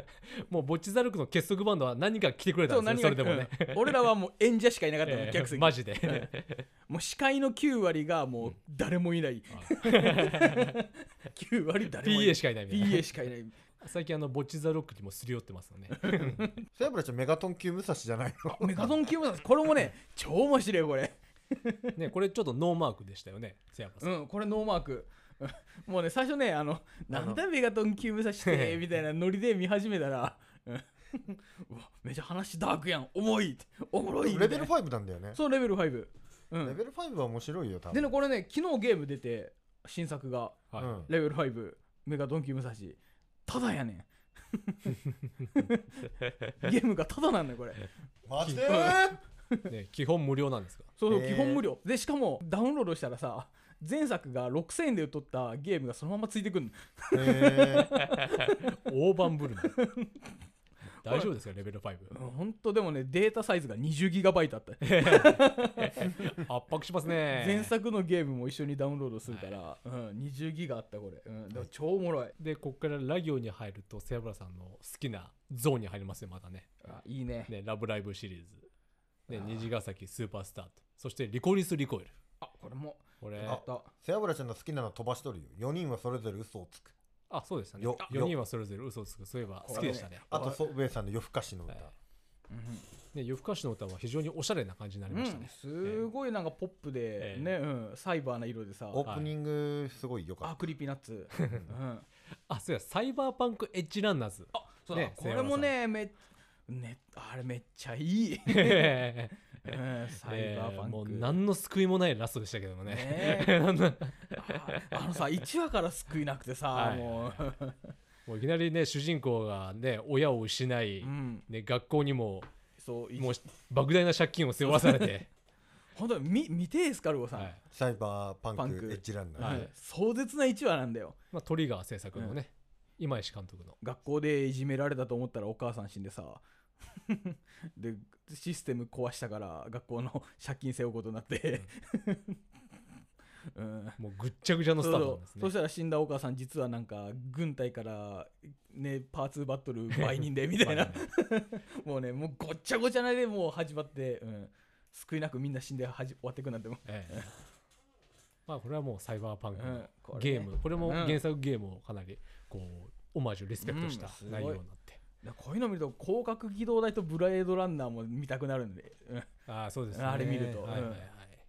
C: もうぼっちザロックの結束バンドは何人か来てくれた
A: そうん
C: です
A: 何
C: ね
A: が
C: それでもね、
A: うん俺らはもう演者しかいなかったの、
C: えー
A: 客席
C: マジで、
A: もう司会の9割がもう誰もいない、9 割誰もいな
C: PA
A: い
C: しかいないみたいな
A: PA しかいない
C: 最近あのぼっちザロックにもすり寄ってま すよね
B: セブラちゃんメガトン級武蔵じゃないの
A: メガドン級もなんですこれもね超面白いよこれ
C: ねこれちょっとノーマークでしたよねせやぱさ
A: う
C: ん、
A: ん、これノーマーク。うんもうね、最初ね、あの、なんだメガトンキューブさして、みたいなノリで見始めたら、うんうわ、めちゃ話ダークやん、重いって、おもろいみた
B: レ
A: いな
B: ベル5なんだよね
A: そう、レベル5。う
B: レ
A: ん。
B: ベル5は面白いよ多
A: で
B: 分
A: ね、これね、昨日ゲーム出て、新作が、
C: はい
B: うん
A: レベル5、メガドンキューブさし、ただや ねん。ゲームがただなんだよ、これ。
B: マジで
C: ね、基本無料なんですか
A: そうそう、
B: へー
A: 基本無料。で、しかも、ダウンロードしたらさ、前作が6000円で売っとったゲームがそのままついてくるの。
B: へー
C: 大盤振る舞い 大丈夫ですかレベル5
A: 本当でもねデータサイズが 20GB あった、
C: 圧迫しますね
A: 前作のゲームも一緒にダウンロードするから、うん、20GB あったこれ、うん、でも超おもろい、
C: でここからラ行に入ると背脂さんの好きなゾーンに入りますよまたね
A: あいいね
C: ねラブライブシリーズで虹ヶ崎スーパースターとそしてリコリスリコイル
A: あこれも
C: これ
A: あ
C: あ
A: った
B: セブラちゃんの好きなの飛ばしとるよ4人はそれぞれ嘘をつく
C: そうでしたね
B: よ
C: 4人はそれぞれ嘘をつくそういえば好きでしたね
B: あとソウェイさんの夜更かしの歌、
C: はい
A: うん
C: ね夜更かしの歌は非常におしゃれな感じになり
A: う
C: ました
A: ん
C: ね、
A: すごいなんかポップで
C: え、え
A: ね、うん、サイバーな色でさ
B: オープニングすごい良か
A: あ
B: っ
A: クリーピーナッ ツ、うん、
C: あそうやサイバーパンクエッジランナ ーズ
A: あそうだ、
C: ね
A: これもねめねあれめっちゃいい、うん、
C: え
A: サイバーパンク、
C: もう何の救いもないラストでしたけどもね
A: ねああのさ1話から救いなくてさ、
C: はい
A: もう、
C: もういきなりね主人公がね親を失い、
A: うん、
C: ね、学校にも
A: そうい
C: もう莫大な借金を背負わされて、
A: 本当に見見てエスカルゴさん、
C: はい
B: たサイバーパンク
A: パンク
B: エッジランナー、
C: はい
A: うん壮絶な一話なんだよ
C: まあ、トリガー制作のね、今石監督の
A: 学校でいじめられたと思ったらお母さん死んでさ でシステム壊したから学校の 借金背負うことになって、うん、
C: もうぐっちゃぐちゃの
A: そ
C: ス
A: う
C: タ
A: そ
C: ートなん
A: う
C: ですね
A: そしたら死んだお母さん実はなんか軍隊からねパーツバトル売人 でみたいな
C: ま
A: もう
C: あね
A: ねもうごっちゃごちゃなでもう始まって、うん、救いなくみんな死んではじ終わってくなんても
C: ええまあこれはもうサイバーパン
A: う、
C: ク
A: うんこ
C: の
A: れね
C: ゲーム、これも
A: うん
C: 原作ゲームをかなりこうオマージュリスペクトした
A: うん
C: 内容になって、
A: いやこういうの見ると広角機動隊とブレードランナーも見たくなるんで、うん
C: ああそうですね
A: あれ見ると
C: はいはいはい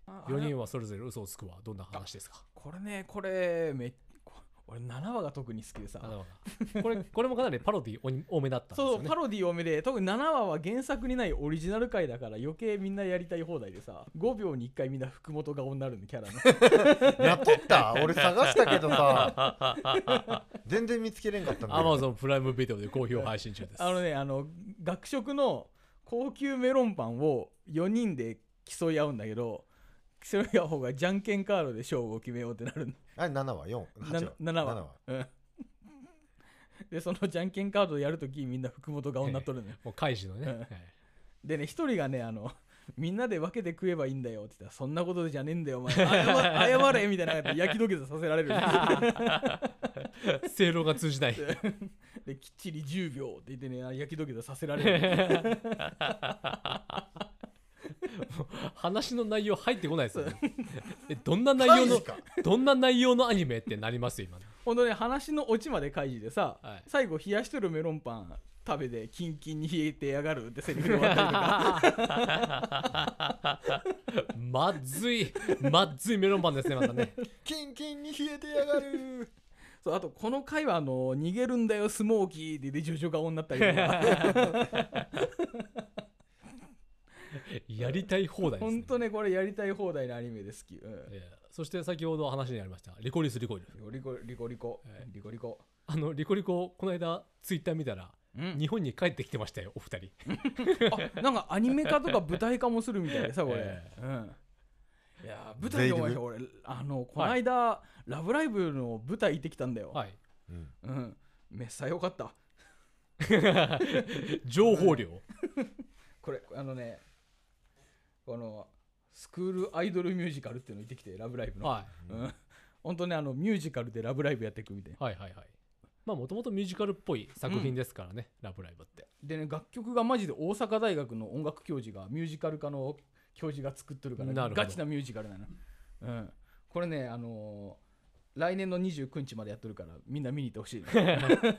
A: あ
C: 4
A: あれ
C: 人はそれぞれ嘘をつくはどんな話ですか
A: これねこれめこ俺7話が特に好きでさ
C: あのこれこれもかなりパロディー多めだったんです
A: そ
C: よ
A: う
C: ね
A: パロディ多めで特に7話は原作にないオリジナル回だから余計みんなやりたい放題でさ5秒に1回みんな福本顔になるのキャ ラの
B: やっとった俺探したけどさ全然見つけれんかったんだ
C: ア
B: けど
C: マゾンプライムビデオで好評配信中です。
A: あのねあの学食の高級メロンパンを4人で競い合うんだけど競い合う方がじゃんけんカードで勝負を決めようってなるの
B: あれ7話4 8話
A: 7
B: 七
A: 話うんでそのじゃんけんカードやるときみんな福本顔になっとるのよ
C: もう開示のね、
A: うん
C: はい
A: でね一人がねあの みんなで分けて食えばいいんだよって言ったらそんなことじゃねえんだよお前謝謝れみたいな感じで焼き土下座させられる
C: 正論が通じない。
A: できっちり10秒って言ってね焼き土下座させられる
C: 話の内容入ってこないですよねえどんな内容
B: マ
C: の
B: ジか
C: どんな内容のアニメってなりますよ今の
A: ほんとね話のオチまで開示でさ、
C: はい
A: 最後冷やしとるメロンパン食べてキンキンに冷えてやがるってセリフで終わったりとか
C: まっずいまっずいメロンパンですねまたね
B: キンキンに冷えてやがる
A: そうあとこの回はあの「逃げるんだよスモーキー」ででジョジョ顔になったりとか
C: やりたい放題です
A: ほ
C: ね
A: んとねこれやりたい放題のアニメで好き、うん
C: えーそして先ほど話にありましたリコリスリコイル
A: リコリコリコリコリコ
C: あのリコリコこの間ツイッター見たら
A: うん
C: 日本に帰ってきてましたよお二人
A: あなんかアニメ化とか舞台化もするみたいでさこれ、
C: え
A: うんいやー舞台で思い出した俺あのこの間、ラブライブ!」の舞台行ってきたんだよ、
C: はい
B: うん
A: うんめっさよかった
C: 情報量
A: これあのねこのスクールアイドルミュージカルっていうの行ってきて「ラブライブの」
C: はい
A: うん、本当ねあのミュージカルで「ラブライブ!」やっていくみたいな
C: はいはいはいまあもともとミュージカルっぽい作品ですからね、ラブライブって
A: でね楽曲がマジで大阪大学の音楽教授がミュージカル科の教授が作ってるから
C: なるほど
A: ガチなミュージカルなの、うん、これねあのー来年の29日までやってるからみんな見に行ってほしい、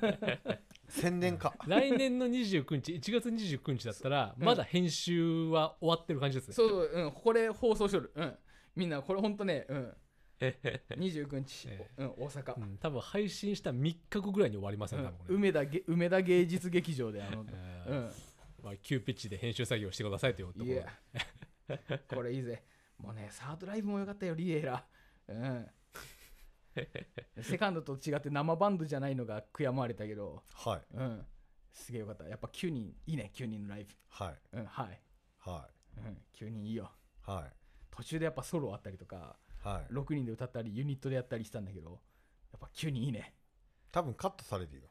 B: 宣伝か
C: 来年の29日1月29日だったら
A: うん
C: まだ編集は終わってる感じですね、
A: そうそう、うん、これ放送しとる、うん、みんなこれほんとね、 うん、29日、
C: え
A: うん、大阪、
C: うん多分配信した3日後ぐらいに終わりますよね、多
A: うん
C: 分こ
A: 梅田げ梅田芸術劇場であの、
C: れ え
A: う
C: ー
A: ん、
C: まあ、急ピッチで編集作業してくださいというところ
A: い
C: で
A: やこれいいぜもうねサードライブもよかったよリエラ うんセカンドと違って生バンドじゃないのが悔やまれたけど
B: はい
A: うんすげえよかったやっぱ9人いいね9人のライ
B: はい
A: ブうんはい、
B: は
A: うん、9人いいよ
B: いはい
A: 途中でやっぱソロあったりとか
B: はい
A: 6人で歌ったりユニットでやったりしたんだけどやっぱ9人いいね
B: 多分カットされるよ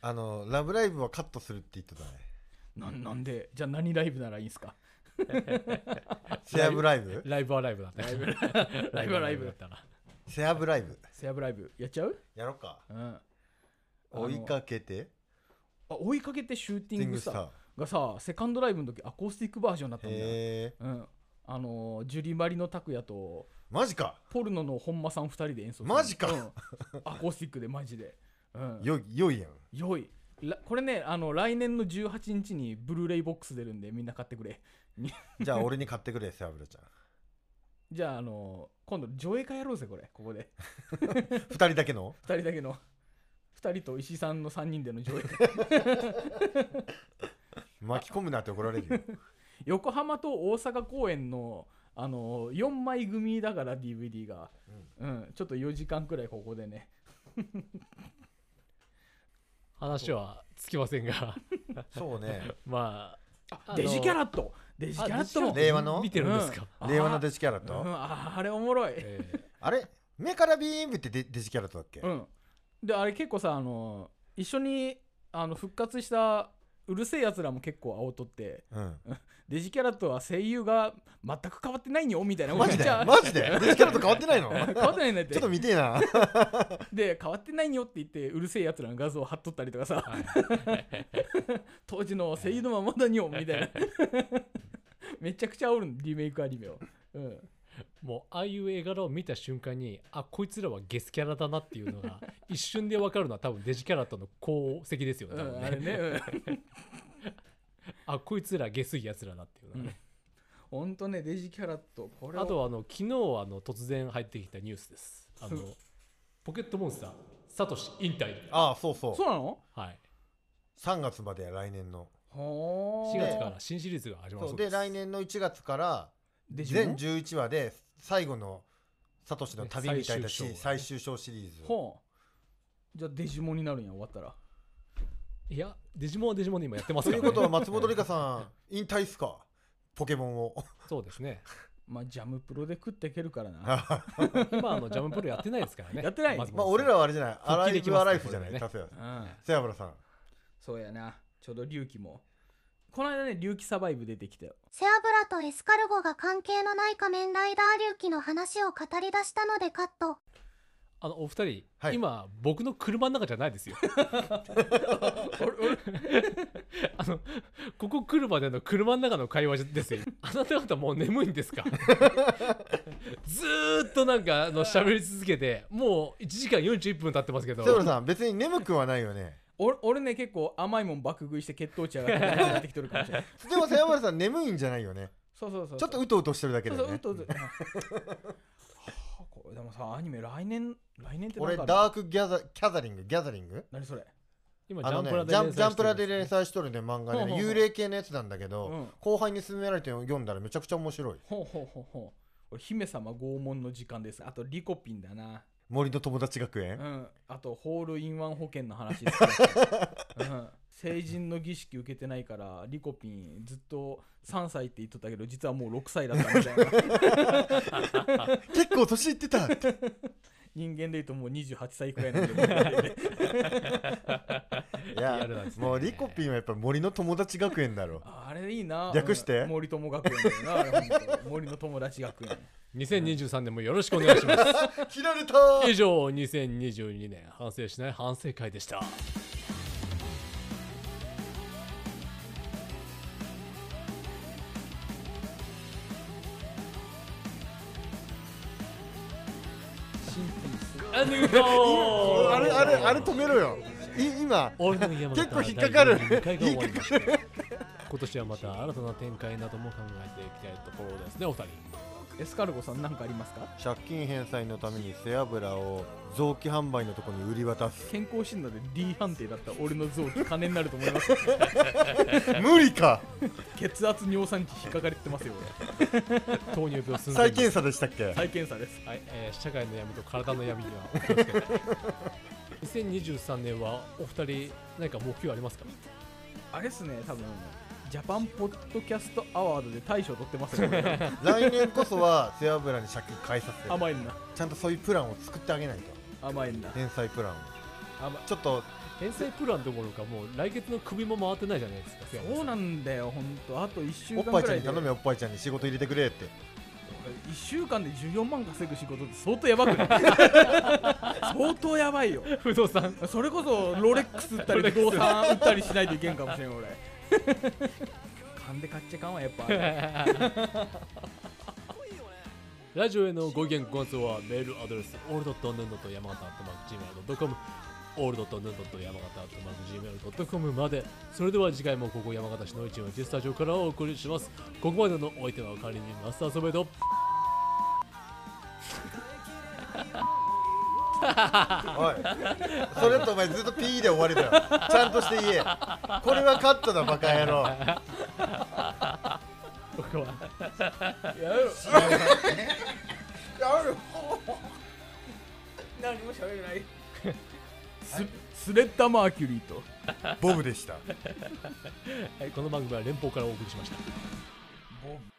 B: あの「ラブライブ!」はカットするって言ってたね
A: なんなんでじゃあ何ライブならいいんすか
B: セアブライブ
C: ライブはライブだった
A: ラ イブライブはライブ
C: たな
B: セアブライブ
A: セアブライブやっちゃう
B: やろうか
A: うんあの
B: 追いかけて
A: あ追いかけてシューテ
B: テ
A: ィ
B: ィ
A: ン
B: ン
A: グ
B: グ
A: スター
B: スター
A: がさセカンドライブの時アコースティックバージョンだったんだよ、
B: へえ
A: うん、あのージュリマリの拓也と
B: マジか
A: ポルノの本間さん2人で演奏する
B: マジか
A: うんアコースティックでマジで、うん、よ
B: よよいやん
A: いらこれねあの来年の18日にブルーレイボックス出るんでみんな買ってくれ
B: じゃあ俺に買ってくれセアブラちゃん
A: じゃあ、あのー今度上映会やろうぜこれここで
B: 2人だけの
A: 2人だけの2人と石井さんの3人での上映 会
B: 巻き込むなって怒られるよ
A: 横浜と大阪公演のあのー、4枚組だから DVD が、うんちょっと4時間くらいここでね
C: 話はつきませんが
B: そうね
C: まあ
A: デジキャ
C: ラ
A: ラットデジキャラットも
B: デジキャラットね令和の
C: 見てるんです
A: う
C: か、
A: ん
B: 令和のデジキャラッ
A: うん、
B: ト
A: ああれおもろい、
C: え
B: あれ目からビームってデデジキャラットだっけ
A: うんであれ結構さあの一緒にあの復活したうるせえやつらも結構煽っとって
B: うん
A: デジキャラとは声優が全く変わってないよみたいな
B: マジで
A: じゃあ
B: マジでデジキャラット変わってないの
A: 変わってないんだって
B: ちょっと見てえな
A: で変わってないよって言ってうるせえやつらの画像を貼っとったりとかさ、当時の声優のままだによみたい なめちゃくちゃ煽るのリメイクアニメを、うん、
C: ーもうああいう絵柄を見た瞬間にあこいつらはゲスキャラだなっていう のが一瞬で分かるのは多分デジキャラットの功績ですよね
A: う
C: 多分
A: ん、
C: ね
A: あれね、うん
C: あこいつらゲスいやつらだっていうのがね、
A: ほんとねデジキャラットこれを
C: あとはあの昨日あの突然入ってきたニュースですあのポケットモンスターサトシ引退
B: ああそうそう
A: そうなの
C: はい
B: 3月まで来年の
A: は
C: 4月から新シリーズが始ま
B: そ
C: るそううで
B: です来年の1月から
A: でしょ
B: 全11話で最後のサトシの旅みたいだし
C: ね最
B: 最終章シリーズ
A: ほうじゃあデジモンになるんや終わったら
C: いやデジモンはデジモンで今やってま
B: と
C: すか
B: い
C: ら、
B: うこ
C: ね、
B: とは松本里香さん引退っすかポケモンを
C: そうですね
A: まあジャムプロで食っていけるからな
B: ま
C: 今あのジャムプロやってないですから ね
A: やってない
C: 松本
B: あ
C: さん
B: 俺らはあれじゃないアラ
C: 復帰
B: イ
C: でき
B: ブ
C: ますね
B: アライフじゃない
C: これでね
B: 達也
A: うん
B: 瀬山さん
A: そうやなちょうど龍騎もこの間ね龍騎サバイブ出てきたよ
D: 背脂とエスカルゴが関係のない仮面ライダー龍騎の話を語り出したのでカット。
C: あのお二人、
B: はい
C: 今僕の車の中じゃないですよあのここ来るまでの車の中の会話ですよあなた方もう眠いんで すかずーっとなんかあの喋り続けてもう1時間41分経ってますけど
B: セブラさん別に眠くはない よね
A: 俺俺ね結構甘いもん爆食いして血糖値上がって眠くなってきてるかもし れない
B: でもセブラさん眠いんじゃないよね
A: そうそうそう
B: ちょっとうとうとしてるだけ
A: そう
B: だ
A: そ
B: よ
A: うう
B: ね
A: とうと はあこれでもさアニメ来年来年って
B: 俺
A: 何かある
B: ダークギャザキャザリングギャザリング
A: 何それ
C: 今ジ
B: あの
C: ャン
B: ね
C: プラで
B: ジャンジャンプラで
C: 連
B: 連
C: 載してるんですね
B: 載しとるね漫画で
A: ほうほ
B: ね
A: うほう
B: 幽霊系のやつなんだけ
A: う
B: ど
A: ん
B: 後輩に勧められて読んだらめちゃくちゃ面白い
A: ほうほうほうほう俺姫様拷問の時間ですあとリコピンだな
B: 森の友達学
A: う
B: 園
A: んあとホールインワン保険の話ですけど、うん、成人の儀式受けてないからリコピンずっと3歳って言っとったけど実はもう6歳だったみたいな
B: 結構年いっ てたって
A: 人間で言うともう28歳くらいなんで
B: い
C: リア
B: や
C: ルなんですね
B: もうリコピンはやっぱ森の友達学園 だろ
A: あれいいな
B: 略して
A: うん森友学園だよなあれ本当森の友達学園
C: 2023年もよろしくお願いします
B: 切られたー
C: 以上2022年反省しない反省会でしたあの
B: あれあれあれ止めろよい今
C: 俺の山形
B: 結構引っかかる
C: 第42回が終わりました今年はまた新たな展開なども考えていきたいところですねお二人
A: エスカルゴさん何かありますか
B: 借金返済のために背脂を臓器販売のとこに売り渡 す
A: 健康診断で D 判定だった俺の臓器金になると思いますよ
B: 無理か
A: 血圧尿酸値引っかかりってますよ俺
C: 糖尿病寸
B: 再
C: 前です
B: 検査でしたっけ
A: 再検査です
C: はい、えー社会の闇と体の闇にはお気をつけて2023年はお二人何か目標ありますか
A: あれっすね多分ジャパンポッドキャストアワードで大賞取ってますよ、 ね、
B: 来年こそは背脂に借金返させる
A: 甘いんな
B: ちゃんとそういうプランを作ってあげないと
A: 甘いんだ
B: 返済プランを
A: 甘い
B: ちょっと
C: 返済プランどころかもう来月の首も回ってないじゃないですか
A: そうなんだよほんとあと1週
B: お
A: 間
B: っぱい
A: く
B: ちゃ
A: らい
B: んに
A: で
B: 頼めおっぱいちゃんに仕事入れてくれって
A: 1週間で14万稼ぐ仕事って相当やばく ない相当やばいよ
C: 不動産
A: それこそロレックス売ったり不動産売ったりしないといけんかもしれん俺 勘で買っちゃかんわやっ ぱ
C: ラジオへのご意見ご感想はメールアドレス a l l n u n d 山形 .gmail.com a l l n u n d 山形 .gmail.com までそれでは次回もここ山形市の一の一スタジオからお送りしますここまでのお相手は仮にマスターソベド
B: おいそれだとお前ずっと P で終わりだよちゃんとして言えこれはカットだバカ野郎
C: 僕は
B: やる
A: 何も喋れないススレッタ・マーキュリーと
B: ボブでした
C: はいこの番組は連邦からお送りしました
A: ボン